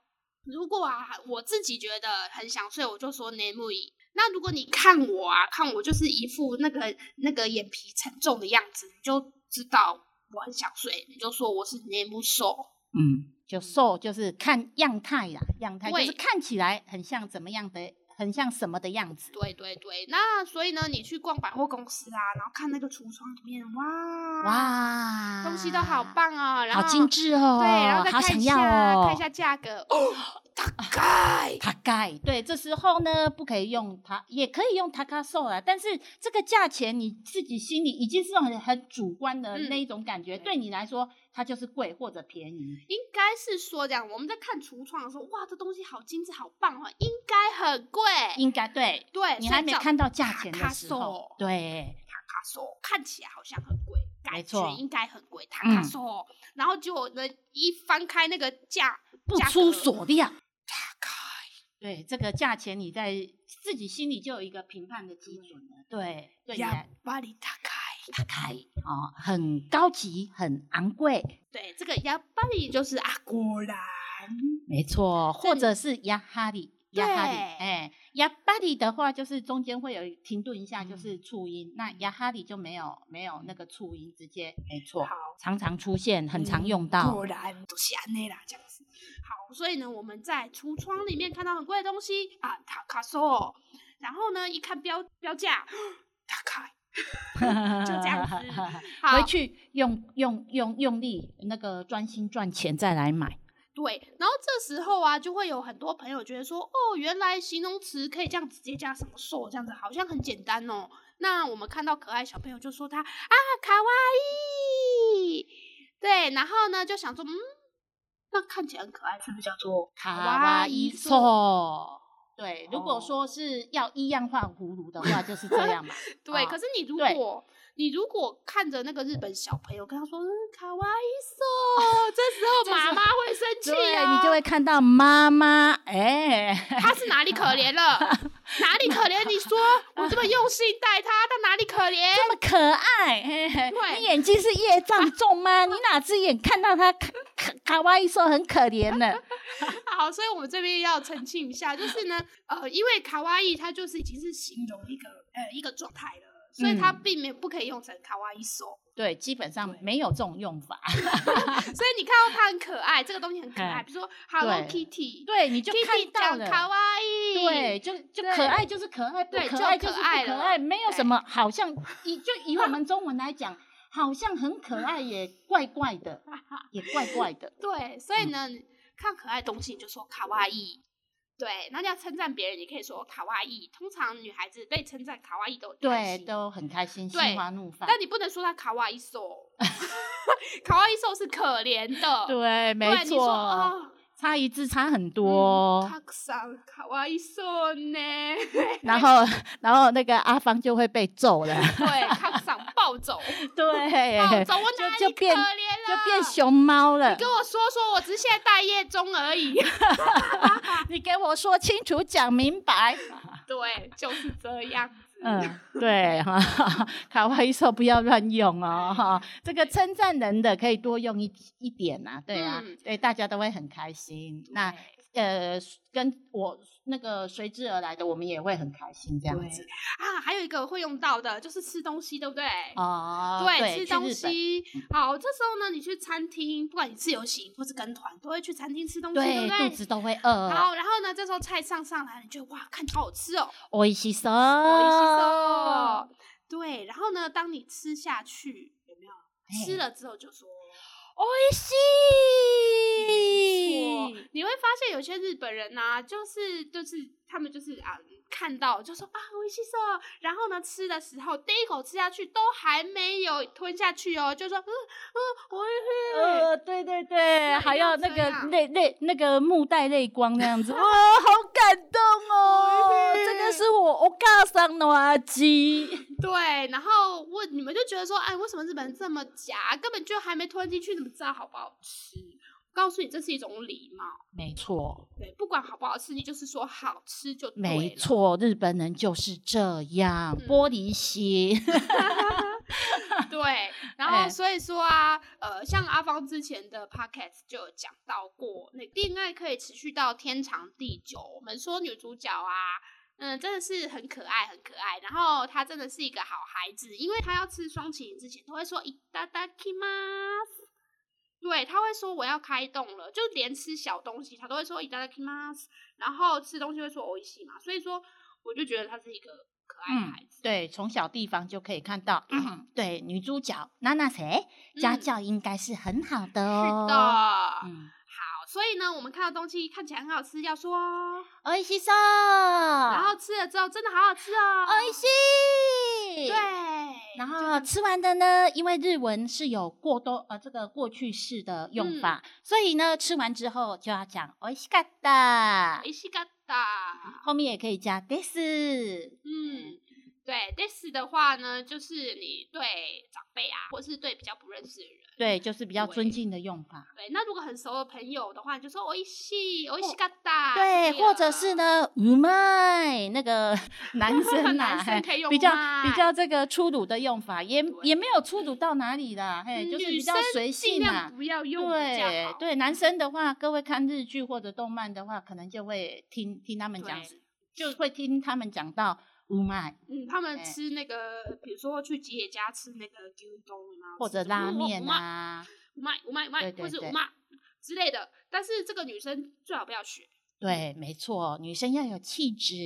[SPEAKER 1] 如果啊我自己觉得很想睡，我就说“内木椅”。那如果你看我啊，看我就是一副那个那个眼皮沉重的样子，你就知道我很想睡，你就说我是内木兽。
[SPEAKER 2] 嗯，就瘦就是看样态啦，样态就是
[SPEAKER 1] 对
[SPEAKER 2] 看起来很像怎么样的，很像什么的样子。
[SPEAKER 1] 对对对，那所以呢，你去逛百货公司啊，然后看那个橱窗里面，哇，
[SPEAKER 2] 哇，
[SPEAKER 1] 东西都好，棒哦，然后
[SPEAKER 2] 好精致哦，
[SPEAKER 1] 对，然后再
[SPEAKER 2] 好
[SPEAKER 1] 看
[SPEAKER 2] 想
[SPEAKER 1] 一
[SPEAKER 2] 要
[SPEAKER 1] 下，
[SPEAKER 2] 哦，
[SPEAKER 1] 看一下价格，哦，大概
[SPEAKER 2] 塔盖，对，这时候呢不可以用它，也可以用塔卡瘦啦，但是这个价钱你自己心里已经是很很主观的
[SPEAKER 1] 嗯
[SPEAKER 2] 那一种感觉，
[SPEAKER 1] 对
[SPEAKER 2] 对你来说它就是贵或者便宜，
[SPEAKER 1] 应该是说这样。我们在看橱窗的时候，哇，这东西好精致，好棒哦，应该很贵。
[SPEAKER 2] 应该对。
[SPEAKER 1] 对，
[SPEAKER 2] 你
[SPEAKER 1] 所以
[SPEAKER 2] 还没
[SPEAKER 1] 叫
[SPEAKER 2] 看到价钱
[SPEAKER 1] 塔
[SPEAKER 2] 的
[SPEAKER 1] 卡
[SPEAKER 2] 时候
[SPEAKER 1] 索，
[SPEAKER 2] 对，
[SPEAKER 1] 卡索，看起来好像很贵，
[SPEAKER 2] 没
[SPEAKER 1] 感
[SPEAKER 2] 错
[SPEAKER 1] 觉应该很贵，塔
[SPEAKER 2] 嗯
[SPEAKER 1] 卡索。然后结果呢，一翻开那个价，
[SPEAKER 2] 不
[SPEAKER 1] 价
[SPEAKER 2] 出
[SPEAKER 1] 格
[SPEAKER 2] 所料，
[SPEAKER 1] 大概
[SPEAKER 2] 对这个价钱，你在自己心里就有一个评判的基准了。对，对你
[SPEAKER 1] 呀
[SPEAKER 2] 来，
[SPEAKER 1] 巴里大概。
[SPEAKER 2] 打开哦，很高级，很昂贵，
[SPEAKER 1] 对，这个呀巴里就是啊，果然
[SPEAKER 2] 没错，或
[SPEAKER 1] 里
[SPEAKER 2] 者是亚哈里。亚哈里，
[SPEAKER 1] 对
[SPEAKER 2] 哎，亚巴里的话就是中间会有停顿一下，
[SPEAKER 1] 嗯
[SPEAKER 2] 就是促音。那亚哈里就没有没有那个促音，直接没错，常常出现，很常
[SPEAKER 1] 嗯
[SPEAKER 2] 用到。
[SPEAKER 1] 果然都是安内啦，这样子。好，所以呢，我们在橱窗里面看到很贵的东西啊，塔卡索，然后呢，一看标标价，大概就这样子好
[SPEAKER 2] 回去用用用用力那个专心赚钱再来买。
[SPEAKER 1] 对，然后这时候啊，就会有很多朋友觉得说，哦，原来形容词可以这样直接加什么兽，这样子好像很简单哦。那我们看到可爱小朋友就说他啊，卡哇伊，对，然后呢就想说，嗯，那看起来很可爱，是不是叫做
[SPEAKER 2] 卡哇伊
[SPEAKER 1] 兽
[SPEAKER 2] 错。对，如果
[SPEAKER 1] 哦
[SPEAKER 2] 说是要依样画葫芦的话，就是这 样嘛。
[SPEAKER 1] 对，
[SPEAKER 2] 啊
[SPEAKER 1] 可是你如
[SPEAKER 2] 对
[SPEAKER 1] 果你如果看着那个日本小朋友，跟他说嗯卡哇伊嗦，这时候
[SPEAKER 2] 这时
[SPEAKER 1] 妈
[SPEAKER 2] 候
[SPEAKER 1] 妈会生气
[SPEAKER 2] 对，
[SPEAKER 1] 啊，
[SPEAKER 2] 你就会看到妈妈，哎、
[SPEAKER 1] 他是哪里可怜了？哪里可怜？你说我这么用心待他，他哪里可怜？
[SPEAKER 2] 这么可爱， 嘿嘿
[SPEAKER 1] 对
[SPEAKER 2] 你眼睛是业障 重吗？你哪只眼看到他卡卡卡哇伊说很可怜 呢？
[SPEAKER 1] 好，所以我们这边要澄清一下，就是呢，呃，因为卡哇伊它就是已经是形容一个呃一个状态了。所以它
[SPEAKER 2] 嗯
[SPEAKER 1] 并没不可以用成卡哇伊手，
[SPEAKER 2] 对，基本上没有这种用法。
[SPEAKER 1] 所以你看到它很可爱，这个东西很可爱，
[SPEAKER 2] 哎
[SPEAKER 1] 比如说 Hello
[SPEAKER 2] 对
[SPEAKER 1] Kitty，
[SPEAKER 2] 对，你就
[SPEAKER 1] Kitty
[SPEAKER 2] 看到
[SPEAKER 1] 讲卡
[SPEAKER 2] 了。
[SPEAKER 1] 哇伊，
[SPEAKER 2] 对，就就
[SPEAKER 1] 对
[SPEAKER 2] 可爱就是可爱，不
[SPEAKER 1] 对
[SPEAKER 2] 可
[SPEAKER 1] 就
[SPEAKER 2] 爱
[SPEAKER 1] 可
[SPEAKER 2] 就是不
[SPEAKER 1] 爱
[SPEAKER 2] 可
[SPEAKER 1] 了
[SPEAKER 2] 爱，没有
[SPEAKER 1] 对
[SPEAKER 2] 什么好像以就以我们中文来讲，好像很可爱也怪怪 的，也怪怪的。
[SPEAKER 1] 对，所
[SPEAKER 2] 嗯
[SPEAKER 1] 以呢，你看可爱的东西你就说卡哇伊。对，那你要称赞别人，你可以说卡哇伊。通常女孩子被称赞卡哇伊都很开
[SPEAKER 2] 对，
[SPEAKER 1] 心，
[SPEAKER 2] 都很开心，
[SPEAKER 1] 对
[SPEAKER 2] 心花怒放。
[SPEAKER 1] 但你不能说她卡哇伊瘦， 卡哇伊瘦是可怜的。
[SPEAKER 2] 对，没
[SPEAKER 1] 对，你说啊，
[SPEAKER 2] 差一字差很
[SPEAKER 1] 哦
[SPEAKER 2] 多。
[SPEAKER 1] 嗯，たくさん卡哇伊瘦呢，
[SPEAKER 2] 然后，然后那个阿芳就会被揍了。
[SPEAKER 1] 对，卡上暴走， 暴
[SPEAKER 2] 对，
[SPEAKER 1] 走，我哪
[SPEAKER 2] 就
[SPEAKER 1] 里可
[SPEAKER 2] 变
[SPEAKER 1] 怜了？
[SPEAKER 2] 就变熊猫了。
[SPEAKER 1] 跟我说说，我只是现在待业中而已。
[SPEAKER 2] 你给我说清楚，讲明 白。
[SPEAKER 1] 对，就是这样子。
[SPEAKER 2] 嗯，对 哈，卡哇伊说不要乱用哦，哈，这个称赞人的可以多用一一点啊，对啊，
[SPEAKER 1] 嗯
[SPEAKER 2] 对，大家都会很开心。那
[SPEAKER 1] 对
[SPEAKER 2] 呃，跟我那个随之而来的，我们也会很开心这样子。
[SPEAKER 1] 啊，还有一个会用到的就是吃东西，对不对？
[SPEAKER 2] 哦，
[SPEAKER 1] 吃
[SPEAKER 2] 去
[SPEAKER 1] 东
[SPEAKER 2] 日本嗯
[SPEAKER 1] 西。好，这时候呢，你去餐厅，不管你自由行或是跟团，都会去餐厅吃东西，
[SPEAKER 2] 对
[SPEAKER 1] 不
[SPEAKER 2] 肚
[SPEAKER 1] 对？
[SPEAKER 2] 子都会饿。
[SPEAKER 1] 好，然后呢，这时候菜上上来，你就哇，看好好吃哦，
[SPEAKER 2] 我一起说，
[SPEAKER 1] 哦，对，然后呢，当你吃下去，有没有
[SPEAKER 2] 哎
[SPEAKER 1] 吃了之后就说，
[SPEAKER 2] 我一起。
[SPEAKER 1] 错你会发现有些日本人呐、就是就是他们就是啊，看到就说啊，我吸收，然后呢，吃的时候第一口吃下去都还没有吞下去哦，就说嗯嗯，我也会。
[SPEAKER 2] 呃，对对对，还
[SPEAKER 1] 要
[SPEAKER 2] 要那
[SPEAKER 1] 这
[SPEAKER 2] 个
[SPEAKER 1] 样
[SPEAKER 2] 泪泪那个目带泪光那 样子，哇，好感动哦！这个是我我嘎上的阿基，
[SPEAKER 1] 对，然后我你们就觉得说，哎，为什么日本人这么夹，根本就还没吞进去，怎么知道好不好吃？我告诉你，这是一种礼貌。
[SPEAKER 2] 没错，
[SPEAKER 1] 对，不管好不好吃，你就是说好吃就对
[SPEAKER 2] 没
[SPEAKER 1] 了。
[SPEAKER 2] 错，日本人就是这样，
[SPEAKER 1] 嗯
[SPEAKER 2] 玻璃心。
[SPEAKER 1] 对，然
[SPEAKER 2] 哎
[SPEAKER 1] 后所以说啊，呃，像阿芳之前的 podcast 就有讲到过，那恋爱可以持续到天长地久。我们说女主角啊，嗯，真的是很可爱，很可爱。然后她真的是一个好孩子，因为她要吃双麒麟之前，都会说いただきます。对，她会说我要开动了，就连吃小东西，她都会说いただきます。然后吃东西会说おいしい嘛，所以说我就觉得她是一个可爱的
[SPEAKER 2] 嗯
[SPEAKER 1] 孩子。
[SPEAKER 2] 对，从小地方就可以看到， 对女主角娜娜谁家
[SPEAKER 1] 嗯
[SPEAKER 2] 教应该是很好
[SPEAKER 1] 是
[SPEAKER 2] 的哦。
[SPEAKER 1] 的，
[SPEAKER 2] 嗯，
[SPEAKER 1] 好，所以呢，我们看到东西看起来很好吃，要说哦，
[SPEAKER 2] おいしそう，
[SPEAKER 1] 然
[SPEAKER 2] 然
[SPEAKER 1] 后吃了之后真的好好吃哦，
[SPEAKER 2] おいしい，
[SPEAKER 1] 对，
[SPEAKER 2] 然后吃完的呢，因为日文是有过多呃这个过去式的
[SPEAKER 1] 嗯
[SPEAKER 2] 用法，所以呢吃完之后就要讲おいしかった
[SPEAKER 1] 美，西嘎达，
[SPEAKER 2] 后面也可以加 this。
[SPEAKER 1] 嗯，对，this 的话呢，就是你对长辈啊，或是对比较不认识的人，
[SPEAKER 2] 对，就是比较尊
[SPEAKER 1] 对
[SPEAKER 2] 敬的用法。
[SPEAKER 1] 对，那如果很熟的朋友的话，你就说一西，我西嘎达，
[SPEAKER 2] 哦对，
[SPEAKER 1] 了
[SPEAKER 2] 或者是，呢，うまい 那个男生呐、
[SPEAKER 1] 男生
[SPEAKER 2] 嘿
[SPEAKER 1] 可以用
[SPEAKER 2] 比较
[SPEAKER 1] うま
[SPEAKER 2] 比
[SPEAKER 1] い
[SPEAKER 2] 较这个粗鲁的用法，也
[SPEAKER 1] 对
[SPEAKER 2] 也没有粗鲁到哪里啦，嘿，
[SPEAKER 1] 嗯
[SPEAKER 2] 就是
[SPEAKER 1] 女
[SPEAKER 2] 比较
[SPEAKER 1] 生
[SPEAKER 2] 随
[SPEAKER 1] 尽
[SPEAKER 2] 性
[SPEAKER 1] 量
[SPEAKER 2] 啦。
[SPEAKER 1] 不要用比较
[SPEAKER 2] 对
[SPEAKER 1] 好嗯
[SPEAKER 2] 对，男生的话，各位看日剧或者动漫的话，可能就会听听他们讲
[SPEAKER 1] 对，
[SPEAKER 2] 就会听他们讲到うまい
[SPEAKER 1] 嗯，他们
[SPEAKER 2] 哎
[SPEAKER 1] 吃那个，比如说去吉野家吃那个牛东啊，
[SPEAKER 2] 或者拉面
[SPEAKER 1] 啊。
[SPEAKER 2] 啊，
[SPEAKER 1] 五卖五卖五卖，
[SPEAKER 2] 对对
[SPEAKER 1] 或是
[SPEAKER 2] 对
[SPEAKER 1] 五骂之类的。但是这个女生最好不要学，
[SPEAKER 2] 对，没错，女生要有气质。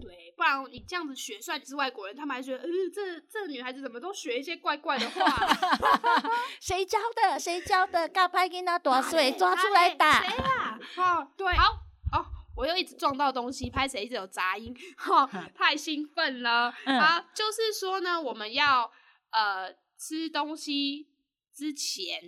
[SPEAKER 1] 对，不然你这样子学，虽然你是外国人，他们还觉得，呃，这这女孩子怎么都学一些怪怪的话，啊
[SPEAKER 2] 谁教的？谁教的？告拍给他多
[SPEAKER 1] 所以
[SPEAKER 2] 水 抓出来打。
[SPEAKER 1] 哎谁呀、啊？哦， 对，好哦。我又一直撞到东西，拍谁一直有杂音， 哈、太兴奋了、
[SPEAKER 2] 嗯
[SPEAKER 1] 啊！就是说呢，我们要呃吃东西之前，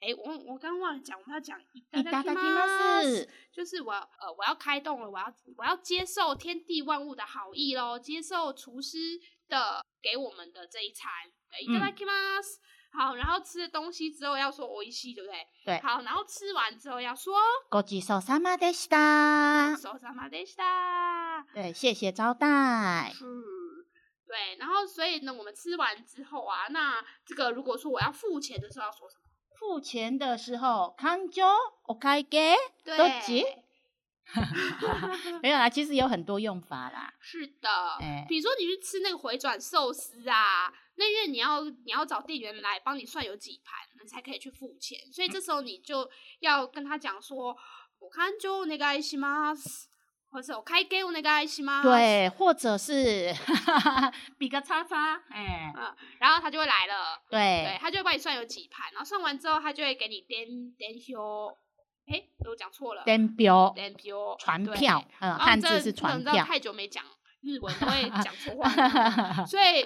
[SPEAKER 1] 哎，我我刚忘了讲，我们要讲いた
[SPEAKER 2] い
[SPEAKER 1] だ
[SPEAKER 2] た
[SPEAKER 1] き
[SPEAKER 2] だき
[SPEAKER 1] ま
[SPEAKER 2] ますす。
[SPEAKER 1] 就是我呃我要开动了，我要我要接受天地万物的好意喽，接受厨师的给我们的这一餐。对，い
[SPEAKER 2] 嗯
[SPEAKER 1] ただきます。好，然后吃的东西之后要说おいしい，对不对？
[SPEAKER 2] 对
[SPEAKER 1] 好，然后吃完之后要说
[SPEAKER 2] ごちそうさまでした。
[SPEAKER 1] 手上马でした。
[SPEAKER 2] 对，谢谢招待。
[SPEAKER 1] 嗯，对，然后所以呢，我们吃完之后啊，那这个如果说我要付钱的时候要说什么？
[SPEAKER 2] 付钱的时候，勘定お会計。都急
[SPEAKER 1] 对，
[SPEAKER 2] 没有啦，其实有很多用法啦。
[SPEAKER 1] 是的。
[SPEAKER 2] 哎、
[SPEAKER 1] 比如说你去吃那个回转寿司啊，那因为你要你要找店员来帮你算有几盘，你才可以去付钱，所以这时候你就要跟他讲说，我看就那个爱西吗？或者我开给我那个爱西吗？。
[SPEAKER 2] 对，或者是 比个叉叉，哎、
[SPEAKER 1] 然后他就会来了，对
[SPEAKER 2] 对，
[SPEAKER 1] 他就会帮你算有几盘，然后算完之后他就会给你点点修，诶，我讲错了，
[SPEAKER 2] 登标
[SPEAKER 1] 点修
[SPEAKER 2] 传票，
[SPEAKER 1] 哦
[SPEAKER 2] 嗯，汉字是传
[SPEAKER 1] 你知道
[SPEAKER 2] 票，
[SPEAKER 1] 太久没讲日文都会讲错话你知 道吗，所以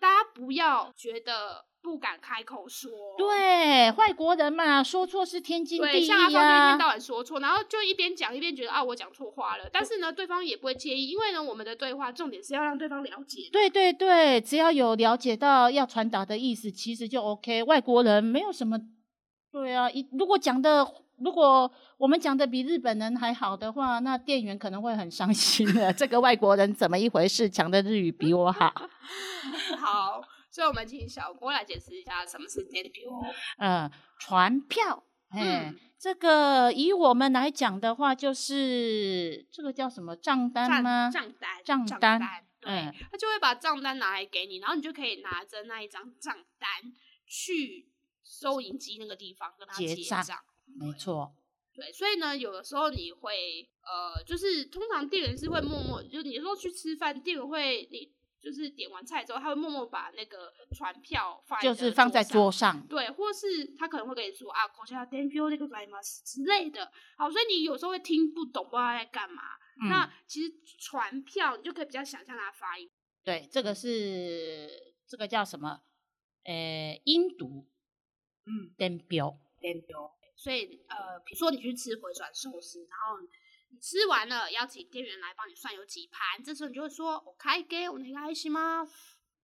[SPEAKER 1] 大家不要觉得不敢开口说。
[SPEAKER 2] 对，外国人嘛，说错是天经
[SPEAKER 1] 对，
[SPEAKER 2] 地义
[SPEAKER 1] 像阿芳就一天
[SPEAKER 2] 啊
[SPEAKER 1] 到。晚说错，然后就一边讲一边觉得啊我讲错话了，但是呢对方也不会介意，因为呢我们的对话重点是要让对方了解。
[SPEAKER 2] 对对对，只要有了解到要传达的意思，其实就 OK。外国人没有什么，对啊，一如果讲的，如果我们讲的比日本人还好的话，那店员可能会很伤心的。这个外国人怎么一回事？讲的日语比我好。
[SPEAKER 1] 好，所以我们请小郭来解释一下什么是 d e b u
[SPEAKER 2] 呃，传票哎、
[SPEAKER 1] 嗯
[SPEAKER 2] 这个以我们来讲的话，就是这个叫嗯什么账单
[SPEAKER 1] 账
[SPEAKER 2] 吗？
[SPEAKER 1] 账单，
[SPEAKER 2] 账
[SPEAKER 1] 账
[SPEAKER 2] 单
[SPEAKER 1] 对、
[SPEAKER 2] 嗯
[SPEAKER 1] 他就会把账单拿来给你，然后你就可以拿着那一张账单去收银机那个地方跟他
[SPEAKER 2] 结
[SPEAKER 1] 结
[SPEAKER 2] 账
[SPEAKER 1] 账。
[SPEAKER 2] 没错，
[SPEAKER 1] 对，所以呢，有的时候你会呃，就是通常店员是会默默，就你说去吃饭，店员会你就是点完菜之后，他会默默把那个船票放在
[SPEAKER 2] 就
[SPEAKER 1] 你
[SPEAKER 2] 是
[SPEAKER 1] 的
[SPEAKER 2] 放在
[SPEAKER 1] 上
[SPEAKER 2] 桌上。
[SPEAKER 1] 对，或是他可能会跟你说啊，口下 d a n p i o 那个 l i m a s 之类的。好，所以你有时候会听不懂，不知道他在干嘛。
[SPEAKER 2] 嗯、
[SPEAKER 1] 那其实传票你就可以比较想象它的发音，
[SPEAKER 2] 对，这个是这个叫什么？呃，音读
[SPEAKER 1] 嗯
[SPEAKER 2] d e m b i o
[SPEAKER 1] d a n p i o 所以呃，比如说你去吃回转寿司，然后你吃完了，邀请店员来帮你算有几盘，这时候你就会说“我开给我那个爱心吗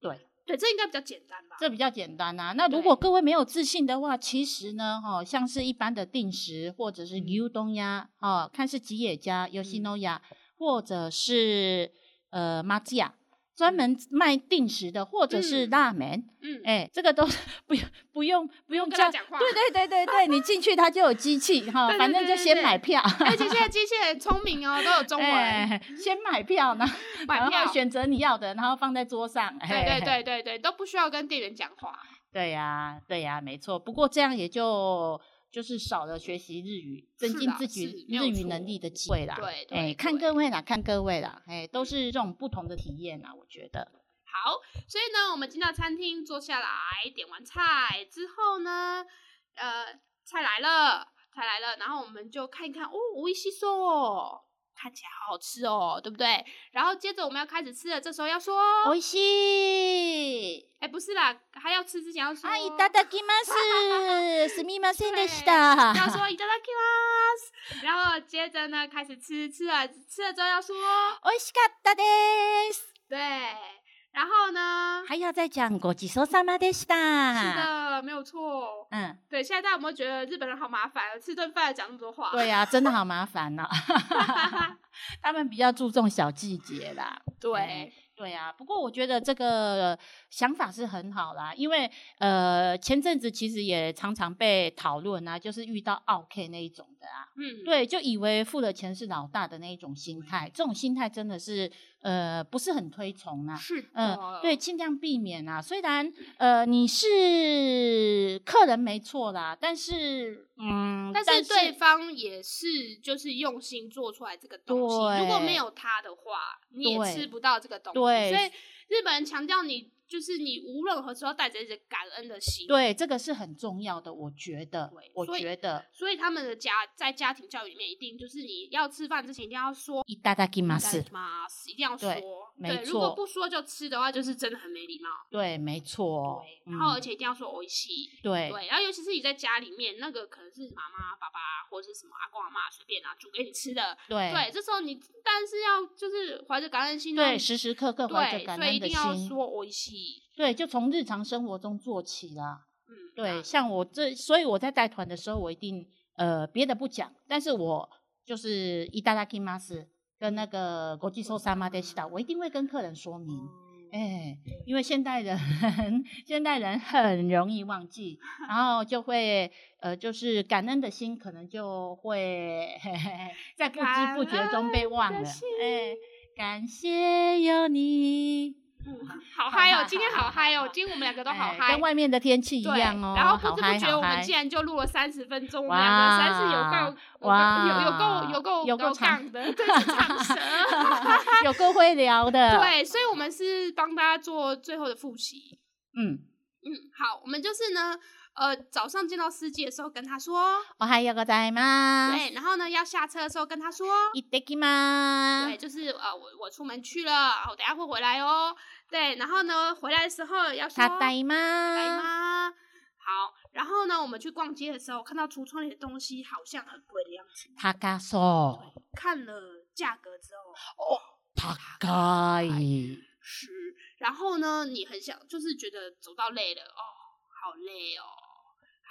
[SPEAKER 2] 对，”。
[SPEAKER 1] 对，这应该比较简单吧？
[SPEAKER 2] 这比较简单啊。那如果各位没有自信的话，其实呢，哈、哦，像是一般的定时或者是
[SPEAKER 1] 嗯
[SPEAKER 2] 牛东呀，哦，看是吉野家、游戏诺亚，或者是呃马吉亚，专门卖定时的，或者是
[SPEAKER 1] 嗯
[SPEAKER 2] 拉面，
[SPEAKER 1] 嗯，
[SPEAKER 2] 哎、这个都不用不用不用
[SPEAKER 1] 跟他
[SPEAKER 2] 叫。
[SPEAKER 1] 讲话。
[SPEAKER 2] 对对对对对，你进去它就有机器哈，
[SPEAKER 1] 对对
[SPEAKER 2] 反正就
[SPEAKER 1] 对对
[SPEAKER 2] 先
[SPEAKER 1] 对
[SPEAKER 2] 买票，
[SPEAKER 1] 而且现在机器人聪明哦，都有中文、
[SPEAKER 2] 哎，先买票，然后
[SPEAKER 1] 买
[SPEAKER 2] 然
[SPEAKER 1] 票
[SPEAKER 2] 后。选择你要的，然后放在桌上。
[SPEAKER 1] 对
[SPEAKER 2] 哎
[SPEAKER 1] 对对对对，都不需要跟店员讲话。
[SPEAKER 2] 对呀、对呀、没错。不过这样也就就是少了学习日语、增
[SPEAKER 1] 是
[SPEAKER 2] 进
[SPEAKER 1] 啦
[SPEAKER 2] 自己
[SPEAKER 1] 是没有
[SPEAKER 2] 日语
[SPEAKER 1] 错
[SPEAKER 2] 能力的机会啦。
[SPEAKER 1] 对对
[SPEAKER 2] 哎，看
[SPEAKER 1] 对
[SPEAKER 2] 各位啦，看各位啦，哎，都是这种不同的体验啦，我觉得。
[SPEAKER 1] 好，所以呢，我们进到餐厅坐下来，点完菜之后呢，呃，菜来了，菜来了，然后我们就看一看，哦，无一吸收哦，看起来好好吃哦，对不对？然后接着我们要开始吃了，这时候要说，
[SPEAKER 2] おいしい。
[SPEAKER 1] 哎，不是啦，还要吃之前要说，
[SPEAKER 2] 啊，いただきます。すみませんでし
[SPEAKER 1] 要
[SPEAKER 2] た。
[SPEAKER 1] 说いただきます， 然后接着呢开始吃，吃了吃了之后要说，
[SPEAKER 2] おいしかったです。
[SPEAKER 1] 对，然后呢，
[SPEAKER 2] 还要再讲ごちそうさまでし
[SPEAKER 1] 是
[SPEAKER 2] た。
[SPEAKER 1] 的，没有错。
[SPEAKER 2] 嗯，
[SPEAKER 1] 对，现在大家有没有觉得日本人好麻烦？啊吃顿饭讲那么多话？
[SPEAKER 2] 对呀、真的好麻烦呐、 他们比较注重小细节啦。
[SPEAKER 1] 对
[SPEAKER 2] 哎，对啊，不过我觉得这个想法是很好啦，因为呃前阵子其实也常常被讨论啊，就是遇到 OK 那一种的啊，
[SPEAKER 1] 嗯，
[SPEAKER 2] 对，就以为付了钱是老大的那一种心态，这种心态真的是呃不是很推崇啊。
[SPEAKER 1] 是的，
[SPEAKER 2] 嗯、对，尽量避免啊。虽然呃你是客人没错啦，但是嗯，
[SPEAKER 1] 但是对方也是就是用心做出来这个东西，如果
[SPEAKER 2] 对
[SPEAKER 1] 没有他的话，你也
[SPEAKER 2] 对
[SPEAKER 1] 吃不到这个东西。
[SPEAKER 2] 对
[SPEAKER 1] 所以日本人强调你就是你无论何时候带着一个感恩的心。，
[SPEAKER 2] 对这个是很重要的，我觉得
[SPEAKER 1] 对，
[SPEAKER 2] 我
[SPEAKER 1] 所以
[SPEAKER 2] 觉得
[SPEAKER 1] 所以他们的家在家庭教育里面，一定就是你要吃饭之前一定要说
[SPEAKER 2] いただきま
[SPEAKER 1] いただ
[SPEAKER 2] す
[SPEAKER 1] き。ます一定要
[SPEAKER 2] 对
[SPEAKER 1] 说。
[SPEAKER 2] 没
[SPEAKER 1] 对，如果
[SPEAKER 2] 错
[SPEAKER 1] 不说就吃的话，就是真的很没礼貌。
[SPEAKER 2] 对，没错。
[SPEAKER 1] 对，然后而
[SPEAKER 2] 嗯、
[SPEAKER 1] 且一定要说欧西。
[SPEAKER 2] 对
[SPEAKER 1] 对，然后尤其是你在家里面，那个可能是妈妈、爸爸或者是什么阿公阿妈随便啊煮给你吃的。
[SPEAKER 2] 对
[SPEAKER 1] 对，这时候你但是要就是怀着感恩心，
[SPEAKER 2] 对
[SPEAKER 1] 让
[SPEAKER 2] 时时刻刻怀着
[SPEAKER 1] 对，
[SPEAKER 2] 感
[SPEAKER 1] 所以一
[SPEAKER 2] 恩的
[SPEAKER 1] 定要
[SPEAKER 2] 心，
[SPEAKER 1] 说欧西。
[SPEAKER 2] 对，就从日常生活中做起啦。
[SPEAKER 1] 嗯，
[SPEAKER 2] 对，
[SPEAKER 1] 那
[SPEAKER 2] 像我这，所以我在带团的时候，我一定呃别的不讲，但是我就是いただきます跟那个国际寿司までした，我一定会跟客人说明。哎、因为现代人 现代人很容易忘记，然后就会呃，就是感恩的心可能就会 在不知不觉中被忘
[SPEAKER 1] 感恩
[SPEAKER 2] 了。
[SPEAKER 1] 的
[SPEAKER 2] 哎、感谢有你，
[SPEAKER 1] 嗯好嗨
[SPEAKER 2] 好
[SPEAKER 1] 哦
[SPEAKER 2] 嗨！
[SPEAKER 1] 今天
[SPEAKER 2] 好
[SPEAKER 1] 好嗨
[SPEAKER 2] 好
[SPEAKER 1] 哦
[SPEAKER 2] 好！
[SPEAKER 1] 今天我们两个都好
[SPEAKER 2] 哎
[SPEAKER 1] 嗨
[SPEAKER 2] 跟。外面的天气一
[SPEAKER 1] 对，
[SPEAKER 2] 样哦。
[SPEAKER 1] 然后不
[SPEAKER 2] 好
[SPEAKER 1] 知
[SPEAKER 2] 嗨
[SPEAKER 1] 不觉，
[SPEAKER 2] 好
[SPEAKER 1] 我们
[SPEAKER 2] 嗨
[SPEAKER 1] 竟然就录了三十分钟，我们两个三十有够，
[SPEAKER 2] 哇
[SPEAKER 1] 有够有够
[SPEAKER 2] 有
[SPEAKER 1] 有
[SPEAKER 2] 够
[SPEAKER 1] 够有够
[SPEAKER 2] 长
[SPEAKER 1] 杠的，对，是 长舌。
[SPEAKER 2] 有够会聊的。，
[SPEAKER 1] 对，所以我们是帮大家做最后的复习。
[SPEAKER 2] 嗯，
[SPEAKER 1] 嗯，好，我们就是呢，呃，早上见到司机的时候跟他说，
[SPEAKER 2] 我还有个在吗？
[SPEAKER 1] 对，然后呢，要下车的时候跟他说，
[SPEAKER 2] いただきま
[SPEAKER 1] 对，
[SPEAKER 2] す。
[SPEAKER 1] 就是呃，我我出门去了，我等下会回来哦。对，然后呢，回来的时候要说，
[SPEAKER 2] ただい
[SPEAKER 1] 来
[SPEAKER 2] ま。
[SPEAKER 1] 吗？好，然后呢，我们去逛街的时候看到橱窗里的东西好像很贵的样子，
[SPEAKER 2] 高そう。
[SPEAKER 1] 看了价格之后
[SPEAKER 2] 高い。
[SPEAKER 1] 是，然后呢，你很想就是觉得走到累了哦，好累哦，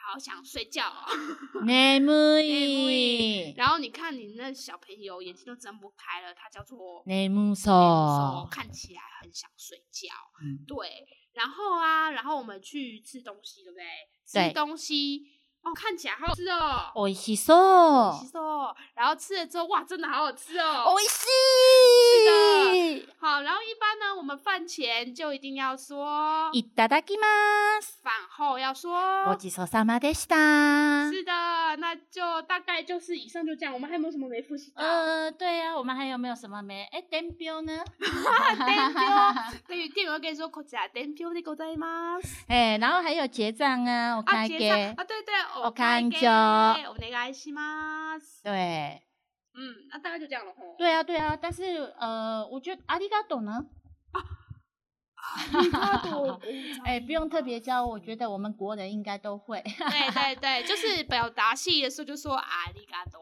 [SPEAKER 1] 好想睡觉哦。
[SPEAKER 2] 眠
[SPEAKER 1] い
[SPEAKER 2] い。
[SPEAKER 1] 然后你看你那小朋友眼睛都睁不开了，他叫做
[SPEAKER 2] 眠
[SPEAKER 1] 说
[SPEAKER 2] そう。
[SPEAKER 1] 看起来很想睡觉。
[SPEAKER 2] 嗯
[SPEAKER 1] 对，然后啊，然后我们去吃东西，对不对？
[SPEAKER 2] 对
[SPEAKER 1] 吃东西，哦，看起来好好吃哦，
[SPEAKER 2] おいしそう，
[SPEAKER 1] 其实哦，然后吃了之后，哇，真的好好吃哦。
[SPEAKER 2] おいしい，
[SPEAKER 1] 好，然后一般呢，我们饭前就一定要说，
[SPEAKER 2] いただきます。
[SPEAKER 1] 饭后要说，
[SPEAKER 2] ごちそうさまでした。
[SPEAKER 1] 是的，那就大概就是以上就这样。我们还有没有什么没复习到？
[SPEAKER 2] 呃，对呀、我们还有没有什么没？哎，点标呢？
[SPEAKER 1] 啊 Thank you 对，店员跟你说，こちら伝票でございます。
[SPEAKER 2] 哎，然后还有结账啊，我
[SPEAKER 1] 啊，
[SPEAKER 2] 看
[SPEAKER 1] 结
[SPEAKER 2] 给
[SPEAKER 1] 账。啊，对对，
[SPEAKER 2] お会計
[SPEAKER 1] お願いします。
[SPEAKER 2] 对，
[SPEAKER 1] 嗯，那大概就这样了 吼。
[SPEAKER 2] 对啊，对啊，但是呃，我觉得阿里嘎多呢，哎，不用特别教，我觉得我们国人应该都会。
[SPEAKER 1] 对对对，就是表达系的时候就说ありがとう。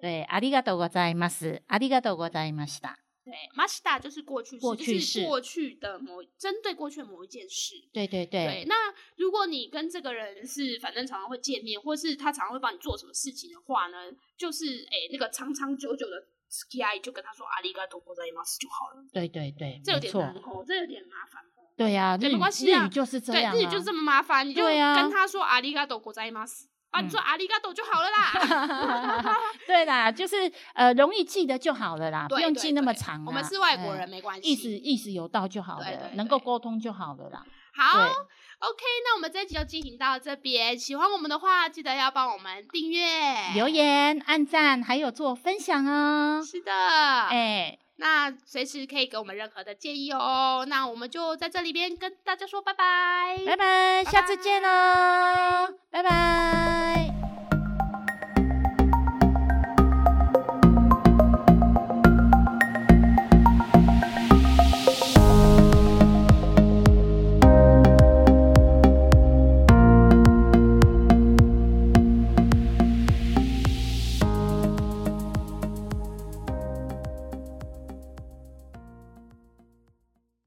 [SPEAKER 2] 对，阿里嘎多ございます，阿里嘎多ございました。
[SPEAKER 1] 对，mashita 就是过去式，
[SPEAKER 2] 过去
[SPEAKER 1] 就
[SPEAKER 2] 式
[SPEAKER 1] 是过去的某针对过去的某一件事。
[SPEAKER 2] 对对
[SPEAKER 1] 对，，那如果你跟这个人是反正常常会见面，或是他常常会帮你做什么事情的话呢，就是诶、那个长长久久的 sky 就跟他说阿里嘎多ございます就好了，
[SPEAKER 2] 对对对，
[SPEAKER 1] 这有
[SPEAKER 2] 没
[SPEAKER 1] 点
[SPEAKER 2] 错
[SPEAKER 1] 难哦，这有点麻烦哦。
[SPEAKER 2] 对呀、日
[SPEAKER 1] 对没
[SPEAKER 2] 语
[SPEAKER 1] 关系啊
[SPEAKER 2] 日语就是这
[SPEAKER 1] 对
[SPEAKER 2] 样、啊，，
[SPEAKER 1] 日语就是这么麻烦，你就
[SPEAKER 2] 对啊
[SPEAKER 1] 跟他说阿里嘎多ございます啊，你说阿里嘎多就好了 啦。
[SPEAKER 2] 啊 对啦，就是呃容易记得就好了啦，不
[SPEAKER 1] 对
[SPEAKER 2] 用
[SPEAKER 1] 对
[SPEAKER 2] 记那么
[SPEAKER 1] 对
[SPEAKER 2] 长啦。
[SPEAKER 1] 我们是外国
[SPEAKER 2] 哎
[SPEAKER 1] 人，没关系。
[SPEAKER 2] 意思意思有到就好了，
[SPEAKER 1] 对对
[SPEAKER 2] 能够
[SPEAKER 1] 对
[SPEAKER 2] 沟通就好了啦。
[SPEAKER 1] 好
[SPEAKER 2] 对
[SPEAKER 1] ，OK，那我们这一集就进行到这边。喜欢我们的话，记得要帮我们订阅、
[SPEAKER 2] 留。言、按赞，还有做分享哦。
[SPEAKER 1] 哎是啊的，
[SPEAKER 2] 哎，
[SPEAKER 1] 那随时可以给我们任何的建议哦。那我们就在这里边嗯跟大家说拜拜，
[SPEAKER 2] 拜拜，下次见喽，拜拜